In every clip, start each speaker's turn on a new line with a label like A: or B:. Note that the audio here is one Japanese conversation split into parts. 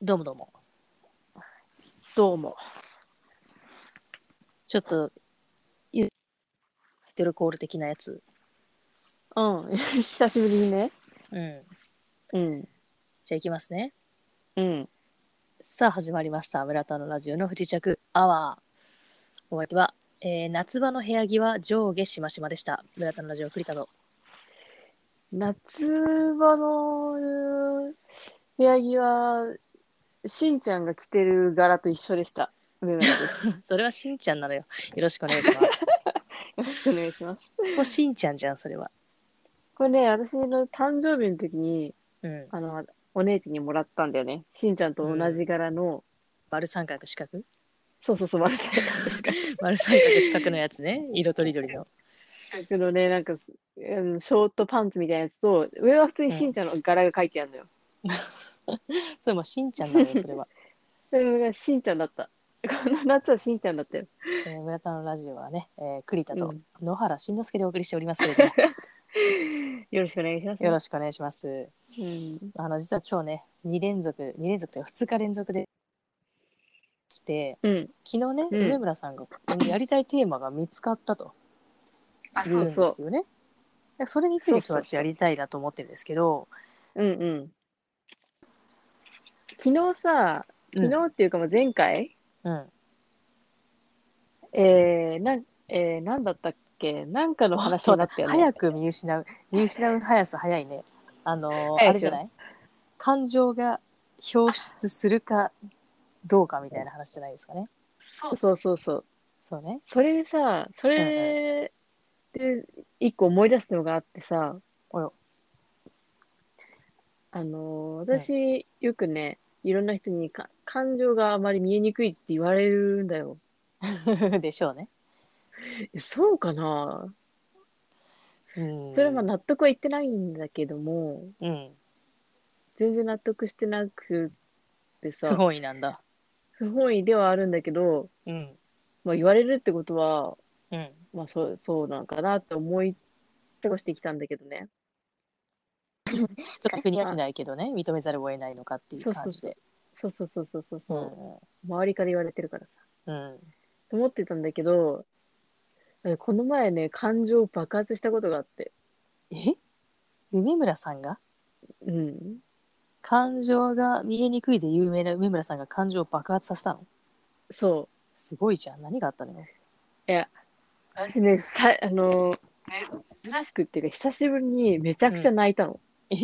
A: どうもどうも。
B: どうも。
A: ちょっと、ゆドルコール的なやつ。
B: うん。久しぶりにね。
A: うん。
B: うん。
A: じゃあ行きますね。
B: うん。
A: さあ始まりました。村田のラジオの不時着アワー。お相手は、えー夏場の部屋着は上下しましまでした。村田のラジオ栗田の。
B: 夏場の部屋着は、しんちゃんが着てる柄と一緒でした。梅村です。よ
A: それはしんちゃんなのよ。よろしくお願いし ます。
B: ろしくお願いします。
A: もうしんちゃんじゃん、それは。
B: これね、私の誕生日の時に、
A: うん。
B: あの、お姉ちゃんにもらったんだよね。しんちゃんと同じ柄の、
A: 丸三角四角
B: そうそうそう、丸さんですか。
A: 丸三角四角のやつね。色とりどり の。
B: 僕のね、なんか、うんショートパンツみたいなやつと、上は普通にしんちゃんの柄が書いてあるのよ。
A: それもうしんちゃんなのよ、それは。
B: それがしんちゃんだった。この夏はしんちゃんだったよ。
A: えー村田のラジオはね、えー栗田と
B: うん
A: 野原慎之介でお送りしておりますけれど も、
B: よろしくお願いします、
A: よろしくお願いします。
B: うん、
A: あの実は今日ね、2連続、2連続というか2日連続でして、
B: うん。
A: 昨日ね、
B: うん
A: 梅村さんがやりたいテーマが見つかったと
B: あ、
A: いうん
B: そ
A: で
B: う
A: す
B: そ
A: よね。でそれについて
B: そうそ
A: 今
B: う
A: 日はやりたいなと思ってるんですけど、
B: う。うんうん。昨日さ、昨日っていうかもう前回、
A: うん、
B: えー、なん、えー、なんだったっけなんかの話になったよね。
A: 早く見失う、見失う速さ早いね。あの、
B: 早
A: あ
B: い
A: れ
B: です
A: じゃ
B: よ
A: ない感情が表出するかどうかみたいな話じゃないですかね。
B: そうそうそうそう。
A: そうね。
B: それでさ、それで一個思い出したのがあってさ、
A: およ
B: あのー私、よくね、いろんな人にか感情があまり見えにくいって言われるんだよ。
A: でしょうね。
B: えそうかな
A: うん
B: それはまあ納得はいってないんだけども、
A: うん、
B: 全然納得してなくて
A: 不
B: さ、
A: 本意なんだ。
B: 不本意ではあるんだけど、
A: うん、
B: まあ、言われるってことは、
A: うん、
B: まあそう、そうなんかなって思い過ごしてきたんだけどね。
A: ちょっと腑にはしないけどね、認めざるを得ないのかっていう感じで。
B: そうそうそうそうそう
A: う
B: そう、周りから言われてるからさ。
A: ん、うん、
B: と思ってたんだけど、えこの前ね、感情爆発したことがあって。
A: え梅村さんが
B: うん。
A: 感情が見えにくいで有名な梅村さんが感情を爆発させたの
B: そ
A: すごいじゃん。何があったのよ。
B: う。いや、私ね、さあの、珍しくっていうか、久しぶりにめちゃくちゃ泣いたの。
A: え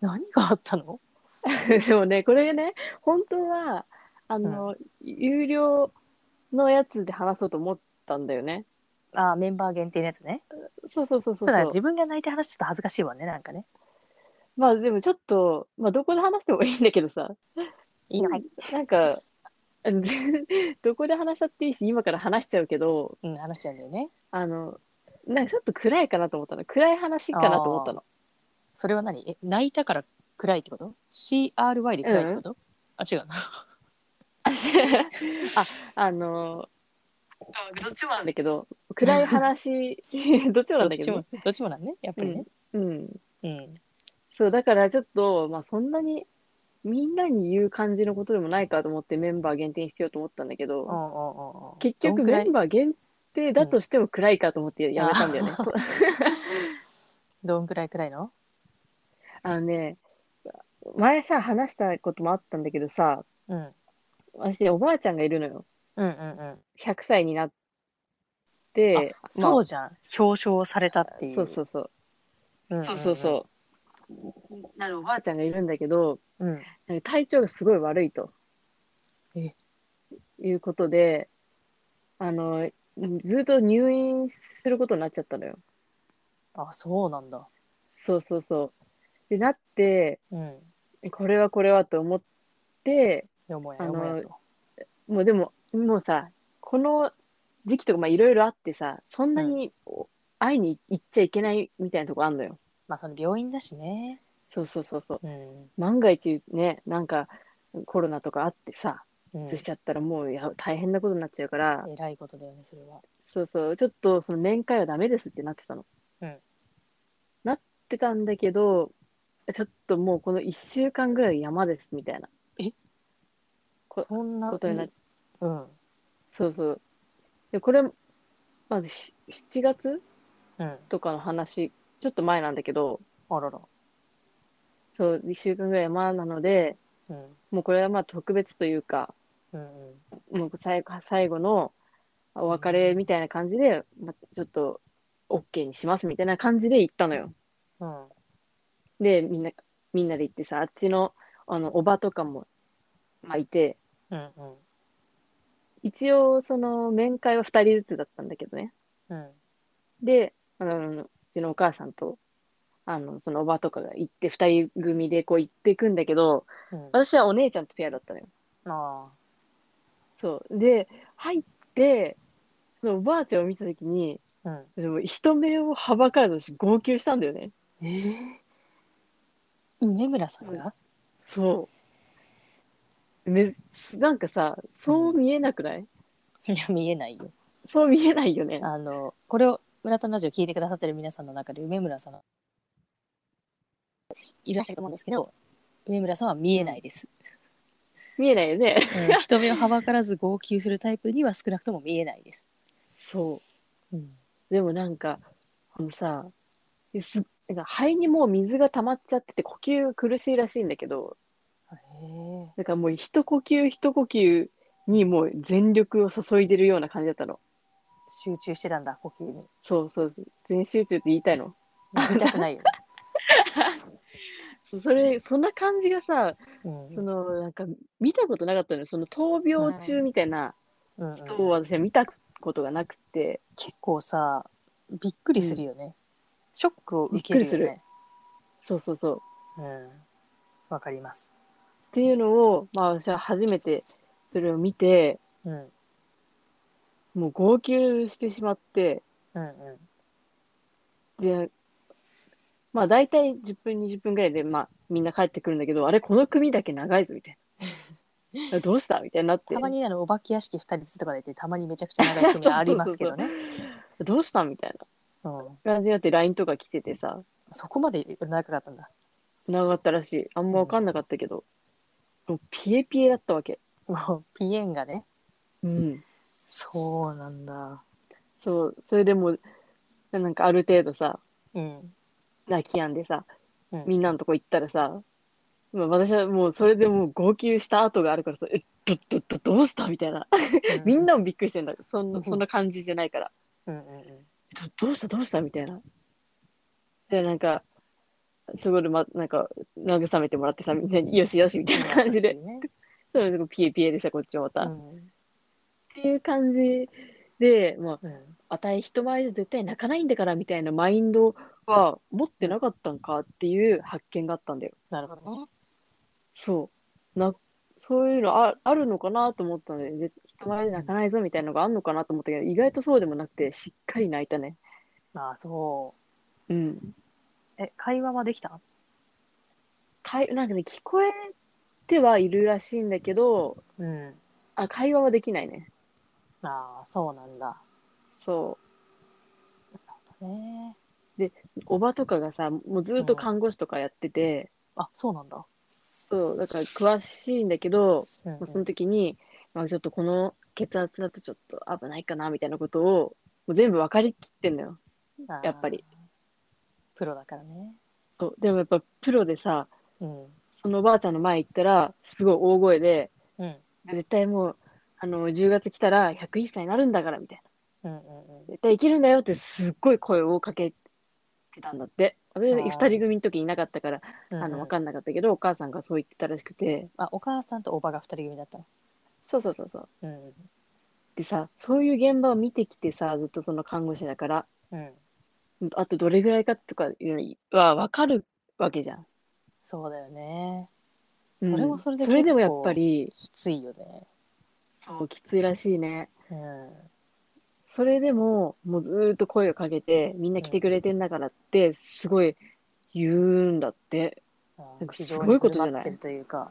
A: 何があったの
B: でもね、これね、本当は、あの、有料のやつで話そうと思ったんだよね。
A: あーメンバー限定のやつね。
B: そうそうそうそう
A: ちょっと
B: そ
A: ね
B: う。
A: 自分が泣いて話ちょっと恥ずかしいわね、なんかね。
B: まあでもちょっと、まあどこで話してもいいんだけどさ、
A: いいのかい、
B: なんか、 あのどこで話したっていいし、今から話しちゃうけど、
A: うん、話しちゃうんだよね。
B: あの、なんかちょっと暗いかなと思ったの。暗い話かなと思ったの。
A: それは何え泣いたから暗いってこと ?CRY で暗いってこと、あ、違うな。
B: あ、 あの、どっちもなんだけど、暗 い話、どっちもなんだけど
A: ど
B: ね
A: っちもどっちもなんね、やっぱりね。
B: うん。
A: うん
B: そう、だからちょっと、まあそんなに、みんなに言う感じのことでもないかと思ってメンバー限定にしようと思ったんだけど、
A: お
B: 結局メン
A: バー
B: バー限定だとしても暗いかと思ってやめたんだよね。
A: どんくらいくらいの
B: あのね、前さ、話したこともあったんだけどさ、
A: うんうん
B: 私、おばあちゃんがいるのよ。
A: うんうん
B: 100歳になって、まあ
A: そうじゃん表彰されたっていう
B: そうそうそう。
A: うんんん
B: そうそうそう。なるおばあちゃんがいるんだけど、
A: うん
B: なんか体調がすごい悪いと。
A: え
B: いうことで、あの、ずっと入院することになっちゃったのよ。
A: あそうなんだ
B: そうそうそう。で、なって、
A: うん
B: これはこれはと思って、
A: よもやよもやと
B: もうでも、もうさ、この時期とかまあいろいろあってさ、そんなにお会いに行っちゃいけないみたいなとこあんのよ。
A: まあその病院だしね
B: そうそうそうそう。
A: うん
B: 万が一ね、なんかコロナとかあってさ、
A: うん
B: しちゃったらもうや大変なことになっちゃうから、
A: えらいことだよねそれは
B: そうそう、ちょっとその面会はダメですってなってたの。
A: うん
B: なってたんだけど、ちょっともうこの1週間ぐらい山ですみたいなこ
A: そんな
B: ことになっ
A: うん
B: そうそう。で、これ、まずし7月
A: うん
B: とかの話、ちょっと前なんだけど、
A: あらら
B: そう、2週間ぐらい前なので、
A: うん
B: もうこれはまあ特別というか、
A: うんうん
B: もう最後最後のお別れみたいな感じで、まあ、ちょっと OK にしますみたいな感じで行ったのよ。
A: うん
B: で、みんな、みんなで行ってさ、あっちの、あの、おばとかも、まあ、いて、
A: うんうん
B: 一応、その、面会は2人ずつだったんだけどね。
A: うん
B: で、あの、うちのお母さんと、あの、そのおばとかが行って、二人組でこう行っていくんだけど、
A: うん
B: 私はお姉ちゃんとペアだったのよ。
A: あ
B: そう。で、入って、そのおばあちゃんを見たときに、
A: あうん
B: でも人目をはばからず私号泣したんだよね。
A: ええ梅村さんが
B: そう。め、なんかさ、そう見えなくない、
A: いや見えないよ
B: そう見えないよね。
A: あのこれを村田のラジオ聞いてくださってる皆さんの中で梅村さんいらっしゃると思うんですけど梅村さんは見えない です、
B: 見えないよね。
A: うん人目をはばからず号泣するタイプには少なくとも見えないです、
B: そ
A: うん
B: う。でもなんか、あのさ、すなんか肺にもう水が溜まっちゃってて呼吸が苦しいらしいんだけど、
A: へ
B: だからもう一呼吸一呼吸にもう全力を注いでるような感じだったの。
A: 集中してたんだ呼吸 に
B: そうそうそう。全集中って言いたいの。
A: 見たくないよ、
B: そそれ、そんな感じがさ、
A: うん
B: そのなんか見たことなかったのよ。その闘病中みたいな
A: うんうん
B: 人を私は見たことがなくて、
A: 結構さびっくりするよね、ショックを受けるよ
B: びっ
A: ね
B: そうそうそう。
A: うんわかります
B: っていうのを、まあ私は初めてそれを見て、
A: うんうん
B: もう号泣してしまって、
A: うん
B: で、まあ大体10分、20分ぐらいで、まあみんな帰ってくるんだけど、あれ、この組だけ長いぞ、みたい な。あどうしたみたいになって
A: た、まにあのお化け屋敷2人ずつとかでってたまにめちゃくちゃ長い組ありますけどね
B: どうしたみたい
A: うん
B: な感じになって、LINE とか来ててさ、
A: そこまで長かったんだ
B: 長かったらしい。あんまわかんなかったけど、もうピエピエだったわけ。
A: もうピエンがね
B: うん。
A: そうなんだ
B: そう、それでもう、なんかある程度さ、
A: うん
B: 泣き止んでさ、
A: うん
B: みんなのとこ行ったらさ、まあ、私はもうそれでもう号泣した後があるからさ、え、ど、ど、ど、どうしたみたいな。みん
A: な
B: なもびっくりしてんだ。そん
A: う
B: なんそんな感じじゃないから。
A: うんうんうん
B: どどうしたどうしたみたいな。で、なんか、すごい、ま、なんか、慰めてもらってさ、みんなに、よしよしみたいな感じで、
A: 優しいね
B: そういうピエピエでさ、こっちもまた。
A: う
B: っ
A: ん
B: ていう感じで、まあ、
A: うん
B: あたい人前で絶対泣かないんだからみたいなマインドは持ってなかったんかっていう発見があったんだよ。
A: なるほどね
B: そう。な、そういうのあ、あるのかなと思ったので、ぜ人前で泣かないぞみたいなのがあるのかなと思ったけど、意外とそうでもなくて、しっかり泣いたね。
A: ああそ
B: うん。
A: うえ会話はできた
B: かい、なんかね、聞こえてはいるらしいんだけど、
A: うん
B: あ、会話はできないね。
A: ああそうなんだ
B: そ
A: ね
B: う。おばとかがさ、もうずっと看護師とかやってて、
A: あそうなんだ
B: そう、だから詳しいんだけど、
A: うん
B: まあその時に、まあ、ちょっとこの血圧だとちょっと危ないかなみたいなことをもう全部分かりきってんのよ。
A: あー
B: やっぱり
A: プロだからね
B: そうでもやっぱプロでさ
A: うん
B: そのおばあちゃんの前行ったらすごい大声で
A: うん
B: 絶対もうあの10月来たら101歳になるんだからみたいな
A: うんうんうん
B: 絶対生きるんだよってすっごい声をかけてたんだって私
A: あー
B: 2人組の時いなかったから
A: うん
B: あの
A: うん
B: 分かんなかったけどお母さんがそう言ってたらしくて
A: あお母さんとおばが2人組だったの
B: そうそうそうそう
A: うん
B: でさそういう現場を見てきてさずっとその看護師だから
A: うん
B: あとどれぐらいかとかいうのは分かるわけじゃん。
A: そうだよねそれもそれで
B: うんそれでもやっぱり
A: きついよね
B: そうきついらしいね。
A: うん
B: それでももうずーっと声をかけてみんな来てくれてんだからってすごい言うんだって。
A: あー
B: なんか
A: 非
B: す
A: 常に
B: ごいことじゃない
A: 振る舞ってるというか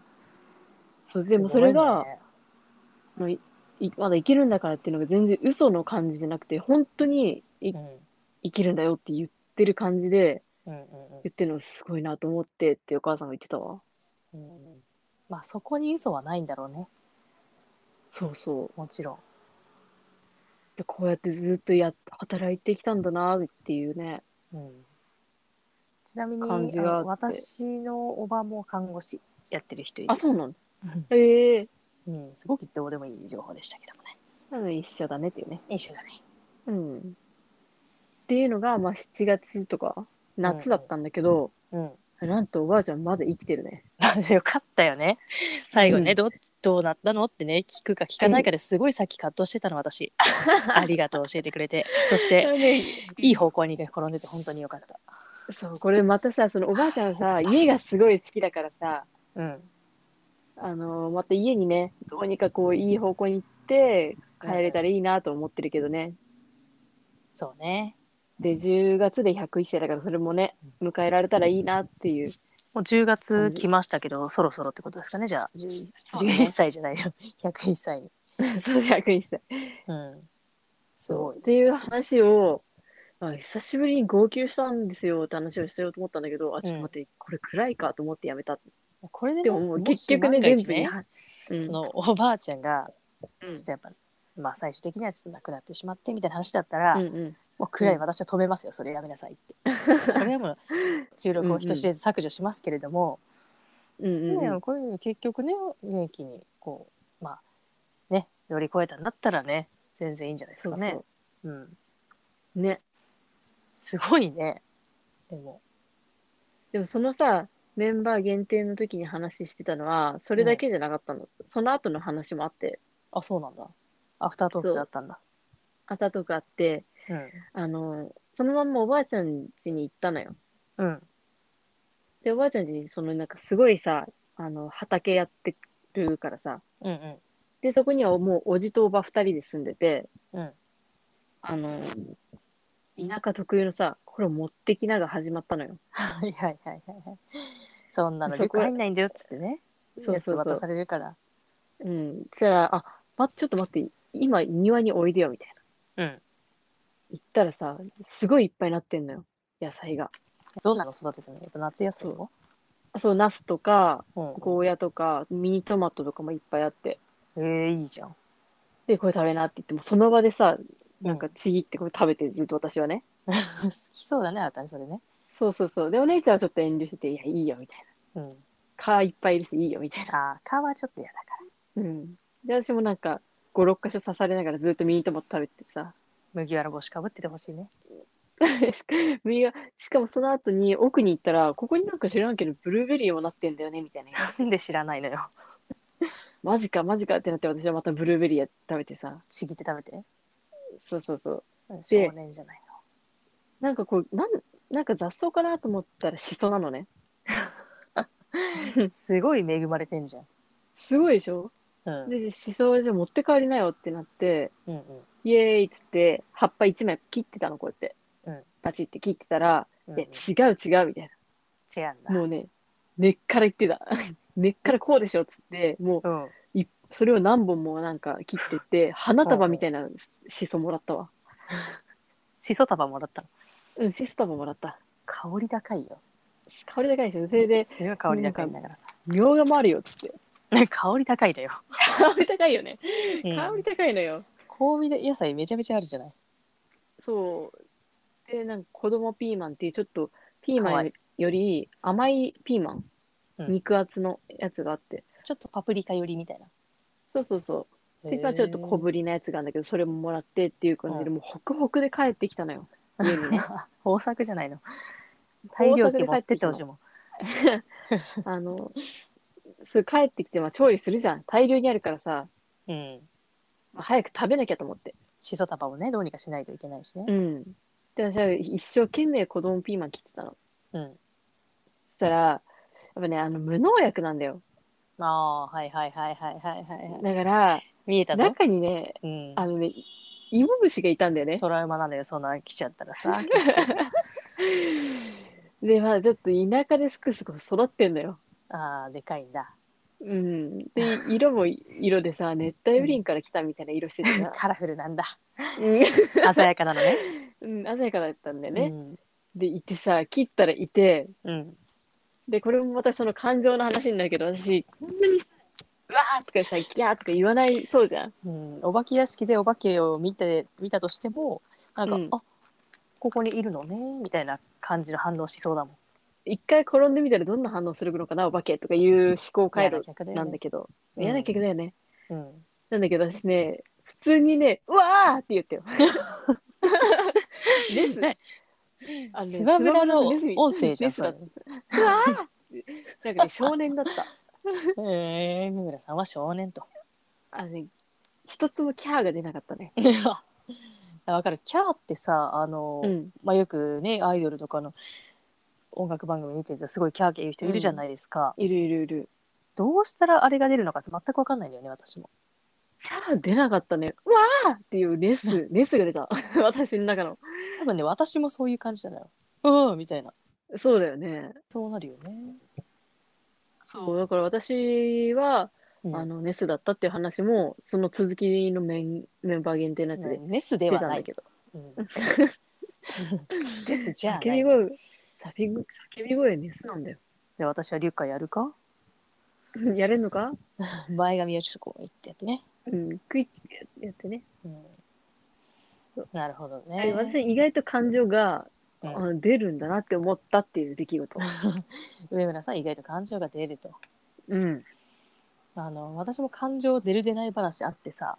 B: そうでもそれが、
A: す
B: あのいいまだ生きるんだからっていうのが全然嘘の感じじゃなくて本当にい
A: ごいね
B: 生きるんだよって言ってる感じで
A: うんうんうん
B: 言ってるのすごいなと思ってってお母さんが言ってたわ。
A: うんうんまあそこに嘘はないんだろうね
B: そうそう。
A: もちろん
B: でこうやってずっとやっ、働いてきたんだなっていうね。
A: うんちなみに
B: 感じがあって
A: あの私のおばも看護師やってる人いる
B: あ、、そうなんだ。
A: うん
B: ええ
A: うん、すごくどうでもいい情報でしたけどもね
B: なので一緒だねっていうね。
A: 一緒だね
B: うん。っていうのが、まあ7月とか、夏だったんだけど、
A: う
B: なんとおばあちゃんまだ生きてるね。
A: んよかったよね最後ね、
B: うん
A: どうどうなったのってね聞くか聞かないかですごいさっき葛藤してたの私ありがとう教えてくれてそしていい方向に転んでて本当によかった
B: そう、これまたさ、そのおばあちゃんさ、家がすごい好きだからさ、
A: うん
B: あのまた家にね、どうにかこう、いい方向に行って、帰れたらいいなと思ってるけどね。
A: そうね
B: で、10月で101歳だから、それもね、迎えられたらいいなっていう。
A: もう10月来ましたけど、そろそろってことですかねじゃあ10
B: そうね
A: 11歳じゃないよ101歳 に
B: そう、101歳。
A: うんす
B: そ
A: ご
B: う。
A: い
B: っていう話を、あ久しぶりに号泣したんですよって話をしようと思ったんだけど、あ、ちょっと待って、これ暗いかと思ってやめた。
A: これでね
B: でももう
A: も
B: 結
A: し
B: 局
A: 万
B: ね、
A: が
B: 全
A: 一
B: 部に。う
A: そ
B: ん。
A: のおばあちゃんが
B: うん
A: ちょっとやっぱ、まあ最終的にはちょっと亡くなってしまってみたいな話だったら、
B: うんうん。
A: もう暗い私は止めますよ、それやめなさいっ て。これはもう収録を人知れず削除しますけれども、
B: うんうんうん
A: ね、これ結局ね元気にこうまあね乗り越えたんだったらね全然いいんじゃないです
B: そ
A: か
B: う
A: ね。
B: そ
A: うん、
B: う。ね。
A: すごいねでも、
B: でもそのさ、メンバー限定の時に話してたのは、それだけじゃなかったの。その後の話もあって、
A: あそうなんだアフタートークだったんだ。
B: あたとかあって、
A: うん
B: あの、そのまんまおばあちゃん家に行ったのよ。
A: うん
B: で、おばあちゃん家に、そのなんかすごいさ、あの、畑やってるからさ、
A: うんうん
B: で、そこにはもうおじとおば二人で住んでて、
A: うん
B: あの、田舎特有のさ、これを持ってきなが始まったのよ。
A: はいはいはいはいはい。そんなの
B: そ
A: 旅
B: こ
A: 行入んないんだよっつってね。
B: そうそう
A: やつ渡
B: そ
A: されるから。
B: う。うん。そしたら、あ、ま、ちょっと待って、今庭においでよ、みたいな。
A: うん。
B: 行ったらさ、すごいいっぱいなってんのよ。野菜が。
A: どんなの育ててるのやっぱ夏野菜も。
B: そう、ナスとか、
A: うん
B: ゴーヤとか、ミニトマトとかもいっぱいあって。
A: えー、いいじゃん。
B: で、これ食べなって言っても、その場でさ、なんかちぎってこれ食べて、ずっと私はね。
A: 好きそうだね、あなたねそれね。
B: そうそうそう。で、お姉ちゃんはちょっと遠慮してて、いや、いいよ、みたいな。
A: うん。
B: 蚊いっぱいいるし、いいよ、みたい
A: あ
B: な。
A: あ、蚊はちょっと嫌だから。
B: うん。で、私もなんか、5、6箇所刺されながらずっとミニトマト食べてさ。
A: 麦わら帽子かぶっててほしいね。
B: し右がしかもその後に奥に行ったら、ここになんか知らんけど、ブルーベリーもなってんだよね、みたいな。
A: なんで知らないのよ。
B: マジか、マジかってなって、私はまたブルーベリーや食べてさ。
A: ちぎって食べて。
B: そうそうそう。
A: うん少年じゃない
B: なんかこう、なんなんか雑草かなと思ったら、シソなのね。
A: の。すごい恵まれてんじゃん。
B: すごいでしょ
A: うん。
B: で、シソをじゃあ持って帰りなよってなって、
A: うんうん。
B: イエーイっつって、葉っぱ1枚切ってたの、こうやって。
A: うん
B: バチって切ってたら、
A: うん
B: い
A: 違
B: や、違う違う、みたいな。
A: うんだ。
B: もうね、根っから言ってた。 根っからこうでしょっつって、も
A: うん。
B: うい、それを何本もなんか切ってって、花束みたいなシソもらったわ。
A: しそ束もらったの。
B: うん、シソ束もらった。
A: 香り高いよ。
B: 香り高いでしょ。それで、
A: すごい香り高いんだからさ。
B: みょうがもあるよっつって。
A: 香り高いだよ。
B: 香り高いよね。
A: うん
B: 香り高いのよ。
A: 香味野菜めちゃめちゃあるじゃない。
B: そう。で、なんか子供ピーマンっていう、ちょっとピー
A: か
B: マ
A: わい
B: ンより甘いピーマン、
A: うん
B: 肉厚のやつがあって。
A: ちょっとパプリカ寄りみたいな。
B: そうそうそう。で、まあちょっと小ぶりなやつがあるんだけど、それももらってっていう感じで、
A: う
B: もうホクホクで帰ってき たのよ。家にね。
A: 豊作じゃないの。大量期持ってってほしいもん。
B: あの、それ帰ってきて、まあ、調理するじゃん。大量にあるからさ、
A: うん。
B: まあ、早く食べなきゃと思って。
A: しそ束をね、どうにかしないといけないしね
B: う。ん。で、私は一生懸命子供ピーマン切ってたの。
A: うん。
B: そしたら、やっぱね、あの、無農薬なんだよ。
A: ああー、はいはいはいはいはいはいはい。
B: だから、
A: 見えたぞ。
B: 中にね、
A: うん。
B: あのね、芋虫がいたんだよね。
A: トラウマなんだよ、そんなの来ちゃったらさ。
B: で、まあ、ちょっと田舎ですくすく育ってんだよ。
A: ああ、でかいん だ。
B: うん。 で、色も色でさ、熱帯雨林から来たみたいな色しててさ、
A: カラフルなんだ。
B: う
A: 鮮やかなのね。
B: ん、うん鮮やかだったんだよ
A: う
B: ね。
A: ん。
B: で、いてさ、切ったらいて、
A: うん。
B: で、これもまたその感情の話になるけど、私、そんなに、うわーとかさ、ギャーとか言わないそうじゃん。
A: うん、お化け屋敷でお化けを見て見たとしてもなんか、
B: うん
A: あここにいるのねみたいな感じの反応しそうだもん。
B: 一回転んでみたらどんな反応するのかな、お化けとかいう思考回路
A: 客だよね
B: なんだけど、
A: うん
B: 嫌な客だよね。
A: うん、
B: なんだけど、私ね、普通にね、うわーって言っ てよ。です。
A: ね
B: あのね
A: スマブラの
B: スマブラネズミ
A: 音声じゃん
B: ネズ
A: そ
B: だ
A: れ
B: っ。たうわーなんかね、少年だった。
A: えー、三村さんは少年と。
B: あのね、一つもキャーが出なかったね。
A: わかるキャーってさあの、
B: うん。
A: まあ、よくねアイドルとかの音楽番組見てるとすごいキャーキャー言う人いるじゃないですか、
B: いるいるいる。
A: どうしたらあれが出るのか全く分かんないんだよね私も。
B: キャー出なかったね。うわーっていうネス、ネスが出た。 私の中の。
A: 多分ね私もそういう感じなのよ。うんみたいな
B: そうだよね。
A: そうなるよね。
B: そう、だから私は、
A: うん
B: あの、ネスだったっていう話も、その続きのメンメンバー限定のやつで
A: ネス
B: し
A: で
B: て
A: は
B: たん
A: な
B: だ
A: い
B: けど。
A: うんですじゃあ
B: 叫
A: な
B: び
A: い。
B: 声、叫び叫び声ネスなんだよ。
A: で私はリュッカやるか
B: やれんのか
A: 前髪をちょっとこういってやってね。
B: うん、クイッてやってね。
A: うんなるほど
B: あれ
A: ね。
B: 私、意外と感情が、
A: うん
B: あの出るんだなって思ったっていう出来事。
A: 上村さん意外と感情が出ると。
B: うん。
A: あの私も感情出る出ない話あってさ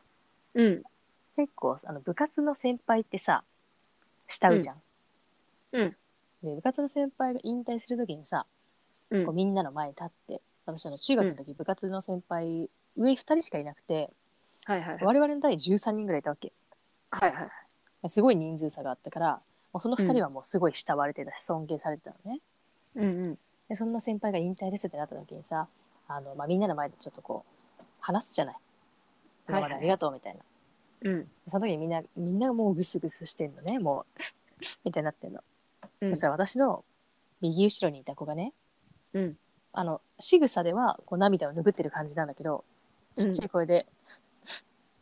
B: うん。
A: 結構あの部活の先輩ってさ慕うじゃん。
B: うんうん
A: で部活の先輩が引退する時にさ
B: うん
A: こう。みんなの前に立って私あの中学の時部活の先輩上2人しかいなくて
B: はいはいはい。
A: 我々の代13人ぐらいいたわけ。
B: はいはい。
A: すごい人数差があったからもうその2人はもうすごい慕われてたし、尊敬されてたのね
B: うんうん。
A: でそんな先輩が引退ですってなった時にさあの、まあ、みんなの前でちょっとこう話すじゃない今までありがとうみたいな、
B: うん。
A: その時にみんなみんなもうグスグスしてんのねもうみたいになってんの、
B: うん
A: そしたら私の右後ろにいた子がね
B: うん。
A: あの仕草ではこう涙を拭ってる感じなんだけどちっちゃい声で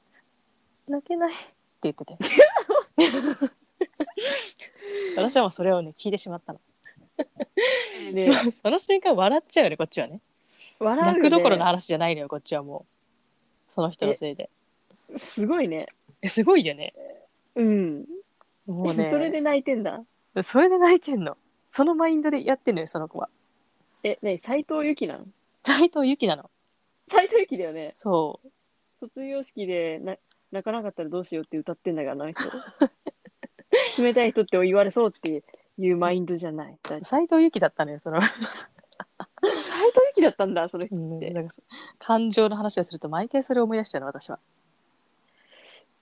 A: 「泣けない」って言 ってて 私はもうそれをね聞いてしまったの、
B: で、
A: その瞬間笑っちゃうよねこっちはね
B: 笑うよ
A: 泣
B: ね
A: くどころの話じゃないのよこっちはもうその人のせいです
B: ごいね。
A: すごいよね
B: うん。
A: もうね
B: それで泣いてんだ。
A: それで泣いてんのそのマインドでやってんのよその子は
B: え、ね、斎藤由貴なの
A: 斎藤由貴なの
B: 斎藤由貴だよね。
A: そ
B: 卒業式でな泣かなかったらどうしようって歌ってんだから、あ の人。冷たい人って言われそうっていうマインドじゃ ない。だ
A: う斎藤由貴だったのよその
B: 斎藤由貴だったんだ、その人
A: うん
B: って。
A: なんかそ感情の話をすると毎回それを思い出しちゃうの私は、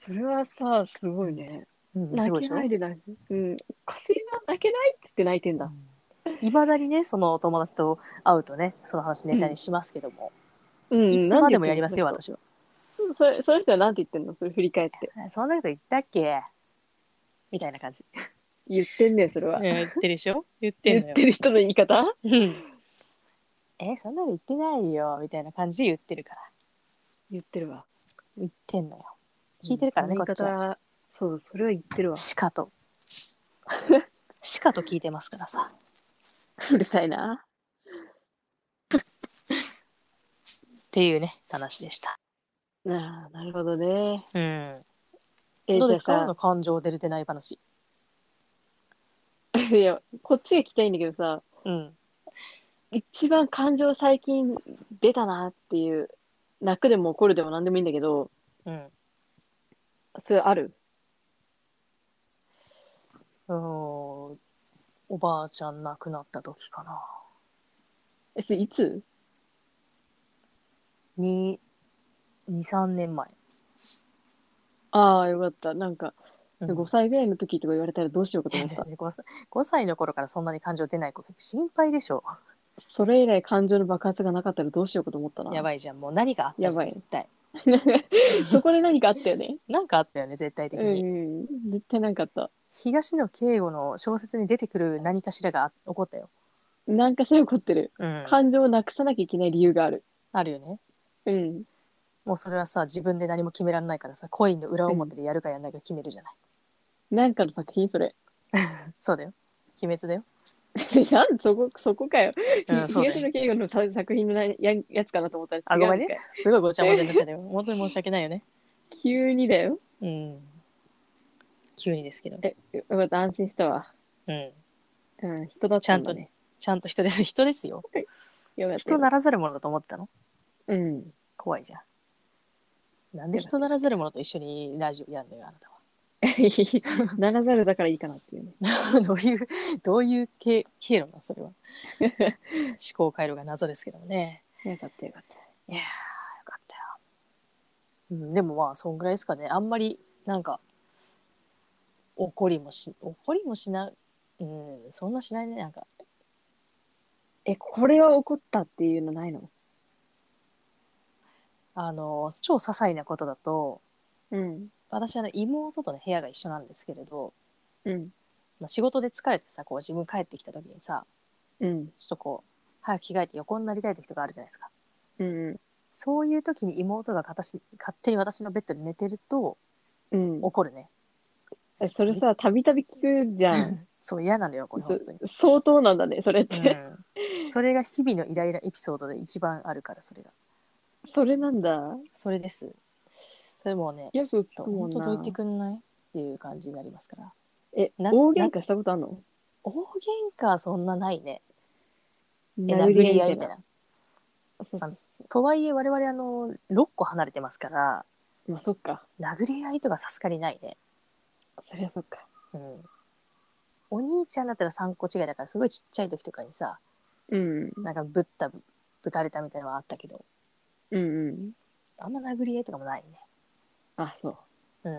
B: それはさ、すごいね。
A: うん、す
B: 泣
A: ごいで
B: け
A: しょ
B: ないで泣く。うん。おかしいな、泣けないって言って泣いてんだ。
A: いまだにねそのお友達と会うとねその話ネタにしますけども、
B: うん。
A: いつまでもやりますよ
B: なんて
A: 私は
B: 言ってんの。それその人はなんて言ってんのそれ振り返って。
A: そんなこと言ったっけみたいな感じ、
B: 言ってんねそれは。
A: 言ってるでしょ言っ
B: 言
A: の
B: ってる人の言い方
A: よ えそんなの言ってないよみたいな感じで言ってるから
B: 言ってるわ。
A: 言ってんのよ聞いてるからね、
B: うん
A: こっち
B: その
A: は
B: 言い方そう、それは言ってるわ。
A: しかと しかと聞いてますからさ
B: うるさいな。
A: っていうね話でした
B: ああ、なるほどね。
A: うん
B: え
A: どうです
B: じ
A: か
B: ゃ
A: の感情出る出ない話
B: あさ いや、こっちが聞きたいんだけどさ、
A: うん
B: 一番感情最近出たなっていう、泣くでも怒るでも何でもいいんだけど、
A: うん
B: それある
A: うーんおばあちゃん亡くなった時かな
B: え、それいつ
A: 23年前、
B: ああ、よかった。なんか、
A: うん
B: 5歳ぐらいの時とか言われたらどうしようかと思った。
A: 5, 歳5歳の頃からそんなに感情出ない子心配でしょ
B: それ以来感情の爆発がなかったらどうしようかと思ったな。
A: やばいじゃんもう何かあったじゃん
B: やばい
A: 絶対
B: そこで何かあった よね。
A: 何かあったよね絶対的
B: う
A: に、
B: ん、絶対何かあった。
A: 東野圭吾の小説に出てくる何かしらがあ起こったよ、
B: 何かしら起こってる。
A: うん
B: 感情をなくさなきゃいけない理由がある。
A: あるよね
B: うん。
A: もうそれはさ自分で何も決められないからさコインの裏表でやるかやらないか決めるじゃない、
B: なんかの作品それ。
A: そうだよ鬼滅だよ
B: なんでそこ、そこかよ。
A: うんそうね
B: 東野圭吾のさ作品のなややつかなと思ったら違
A: あ、
B: うの
A: ご
B: か
A: め
B: い
A: んね。すごいごちゃ混ぜになっ ちゃったよ。本当に申し訳ないよね。
B: 急にだよ。
A: うん。急にですけど。
B: え、よかった、安心したわ。
A: うん。
B: うん、人だっ
A: ちゃ
B: た
A: んと
B: だね。
A: ちゃんと人です。人ですよ。
B: よかった。
A: 人ならざるものだと思ってたの
B: うん。
A: 怖いじゃん。なんで人ならざるものと一緒にラジオやんのよ、あなたは。
B: ならざるだからいいかなっていうね。
A: どういう、どういう経経路な、そ れは。思考回路が謎ですけどもね。
B: よかったよかっ
A: いやー、よかったよ。うん、でもまあ、そんぐらいですかね。あんまり、なんか、怒りもし、怒りもしな、うん、そんなしないね。なんか、
B: た。え、これは怒ったっていうのないの
A: あの、超些細なことだと、
B: うん。
A: 私はね、妹とね、部屋が一緒なんですけれど、
B: うん。
A: まあ、仕事で疲れてさ、こう自分帰ってきた時にさ、
B: うん。
A: ちょっとこう、早く着替えて横になりたい時とかあるじゃないですか。
B: うん。
A: そういう時に妹が私勝手に私のベッドで寝てると
B: うん。
A: 怒るね。
B: えそれさ、たびたび聞くじゃん。
A: そう嫌なのよ、これ本当に。
B: 相当なんだね、それって。
A: うんそれが日々のイライラエピソードで一番あるから、それが。
B: それなんだ。
A: それです。それもうね、
B: よく
A: ちょっと
B: 聞くも
A: 本
B: ん
A: 当
B: な
A: どいてくんないっていう感じになりますから。
B: え、
A: な
B: 大喧嘩したことあんの
A: 大喧嘩はそんなないね。え
B: 殴
A: 殴り合いみたいな。。
B: そうそうそ
A: とはいえ、我々あの、6個離れてますから、
B: う。まあ、そっか。
A: 殴り合いとかさすがにないね。
B: そりゃそっか。
A: うん。お兄ちゃんだったら3個違いだから、すごいちっちゃい時とかにさ、
B: うん。
A: なんかぶったぶたれたみたいなのはあったけど
B: うんうん。
A: あんま殴り合いとかもないね
B: あ、そう。
A: うん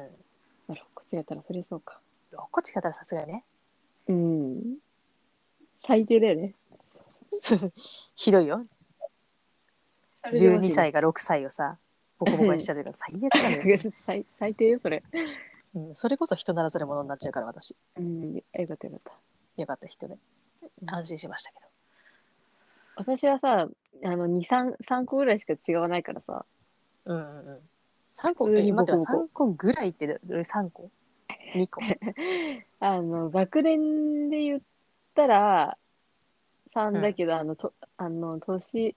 B: まあ、6個違ったらそりゃそうか。
A: 6個違ったらさすがにね
B: うん。最低だよね。
A: ひどいよ12。歳が6歳をさボコボコにしちゃうというか最悪 なんですよ、
B: 最 最低よ、それ。
A: うん、それこそ人ならざるものになっちゃうから私
B: うん。よかったよかった。
A: よかった人で安心しましたけど
B: 私はさ、あの、2、3、3個ぐらいしか違わないからさ。
A: うんうんうん3個
B: 普通に
A: 待って
B: ボコボコ
A: 3個ぐらいってどどれ3個 ?2 個
B: あの、学年で言ったら、
A: う
B: 3
A: ん
B: だけど、あの、と、あの、年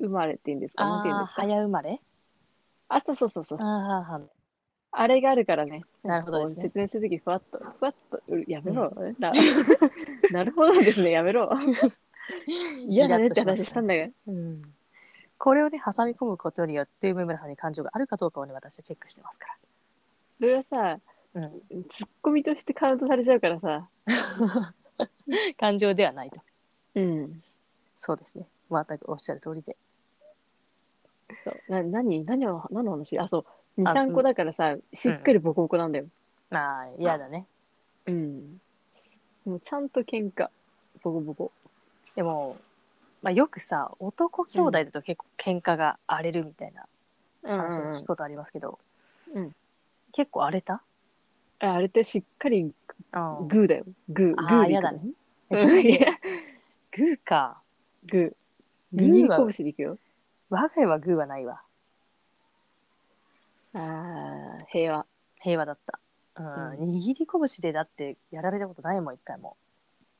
B: 生まれって言うんですかなんて言うん
A: ああ
B: ですか
A: 早生まれ
B: あ、そうそうそうそう
A: あ。あ
B: あれがあるからね。
A: なるほどですね
B: 説明するとき、ふわっと、ふわっと、うるやめろ。な なるほどですね、やめろ。 嫌だねって話したんだが。
A: うんこれをね挟み込むことによって梅村さんに感情があるかどうかをね私はチェックしてますか
B: それはさ、
A: ら、 うん、
B: ツッコミとしてカウントされちゃうからさ。
A: 感情ではないと
B: うん。
A: そうですね全くおっしゃる通りで
B: そうな何何を何の話あ、そう。2、
A: あ
B: 3個だからさ、しっかりボコボコなんだよ。
A: まあ嫌だね
B: うん。もうちゃんと喧嘩。ボコボコ。
A: でも、まあ、よくさ男兄弟だと結構喧嘩が荒れるみたいな
B: うん
A: 話を聞くことありますけど、
B: うん
A: 結構荒れた
B: ああれってしっかり
A: あ
B: グーだよ。グー。
A: あー
B: グーでいくの
A: やだね。
B: うんいや
A: グーか
B: グー。
A: グー
B: 握
A: は
B: り拳でいくよ。
A: 我が家はグーはないわ
B: ああ、平和。
A: 平和だった、うん握り拳でだってやられたことないもん一回も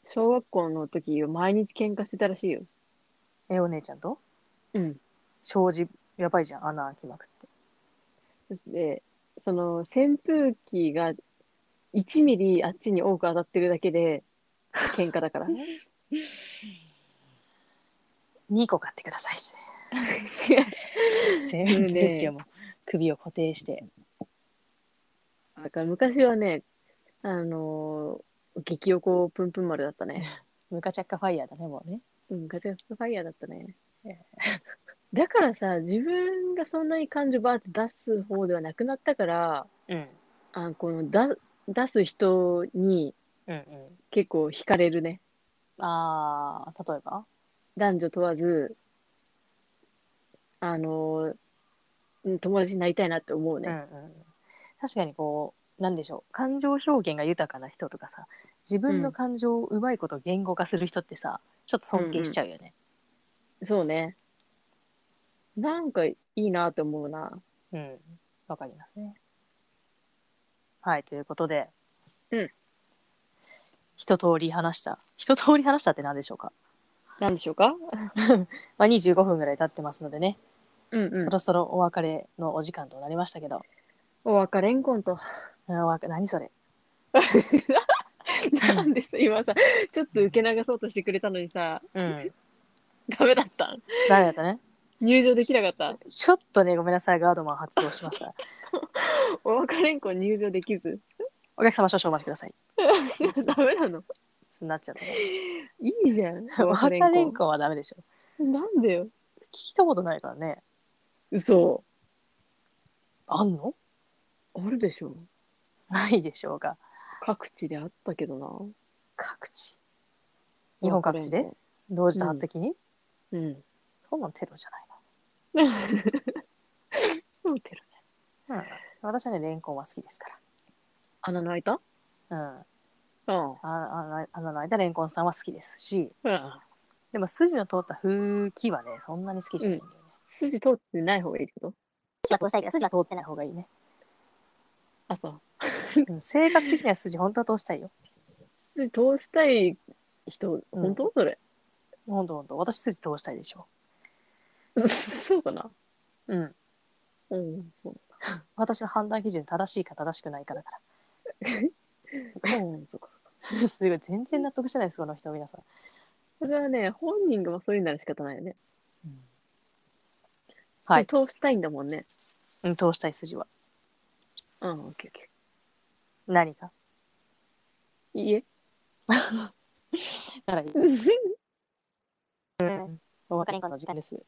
B: 小学校の時毎日喧嘩してたらしいよ。
A: えお姉ちゃんと
B: うん。
A: 障子やばいじゃん穴開きまくって
B: で、その扇風機が1ミリあっちに多く当たってるだけで喧嘩だから。
A: 2個買ってください して扇
B: うんね
A: 風機をもう首を固定して、
B: だから昔はね、あのー激横プンプン丸だったね。
A: ムカチャッカファイヤーだねもうね
B: うん、ガチャガチャファイヤーだったね。だからさ、自分がそんなに感情バーって出す方ではなくなったから、
A: うん
B: あこのだ出す人に
A: うん
B: 結構惹かれるね。
A: うんあー例えば
B: 男女問わず、あのーうん友達になりたいなって思う
A: う
B: ね。
A: んうん、確かにこうなんでしょう感情表現が豊かな人とかさ自分の感情をうまいこと言語化する人ってさちょっと尊敬しちゃうよね。
B: そうね。なんかいいなって思うな。
A: うんわ、かりますね。はいということで、
B: うん、
A: 一一通り話した一通り話したって何でしょうか、
B: なんでしょうか
A: まあ、25分ぐらい経ってますのでね、
B: うんう
A: そ
B: ん。
A: ろそろお別れのお時間となりましたけど
B: お別れんこんと。
A: うんわか何それ
B: なんです今さ、ちょっと受け流そうとしてくれたのにさ、
A: うん
B: ダメだった。
A: ダメだったね
B: 入場できなかった。
A: ちょっとねごめんなさいガードマン発動しました
B: お別れんこん入場できず。
A: お客様少々お待ちください
B: ダメなの
A: そうなっちゃったね
B: いいじゃん。
A: お別れんこはダメでしょ
B: ん。なんでよ。
A: 聞いたことないからね
B: 嘘。
A: あんの
B: あるでしょ。
A: ないでしょうが
B: 各地であったけどな。
A: 各地日本各地で同時多発的に、
B: うん。
A: そうなんテロじゃない
B: そうてる
A: な、
B: ね。
A: うん、私はねレンコンは好きですか
B: 穴の開いた
A: らうん
B: うん。
A: あああのあの間レンコンさんは好きですし
B: うん。
A: でも筋の通った風紀はねそんなに好きじゃないんだよね、
B: 筋通ってない方がいいってこと
A: 筋は通したいけど筋は通ってない方がいいね、
B: あ、そう。
A: うん、性格的には筋本当は通したいよ
B: 筋通したい人、
A: うん
B: 本当 それ。
A: 本当本当私筋通したいでしょ
B: そうかな。
A: うん
B: うん、そう
A: 私の判断基準正しいか正しくないかだか
B: うん、そうか。
A: ら すごい全然納得してないですこの人皆さん
B: それはね、本人がそういうなら仕方ないよね。
A: はい
B: それ通したいんだもんね。
A: うん通したい筋は
B: うん、オッケーオッケ
A: 何か
B: ー。いいえ。
A: ならいいお別れの時間です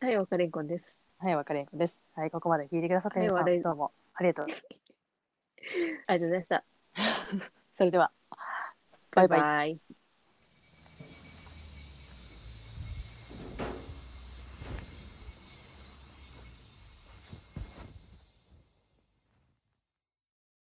B: はい、おかれんこんです。
A: はいお別れんこですはいここまで聞いてくださって
B: はい
A: 皆さ
B: お別れ
A: んどうもありがとう
B: ありがとうございました。
A: それではバイバイ
B: バイ。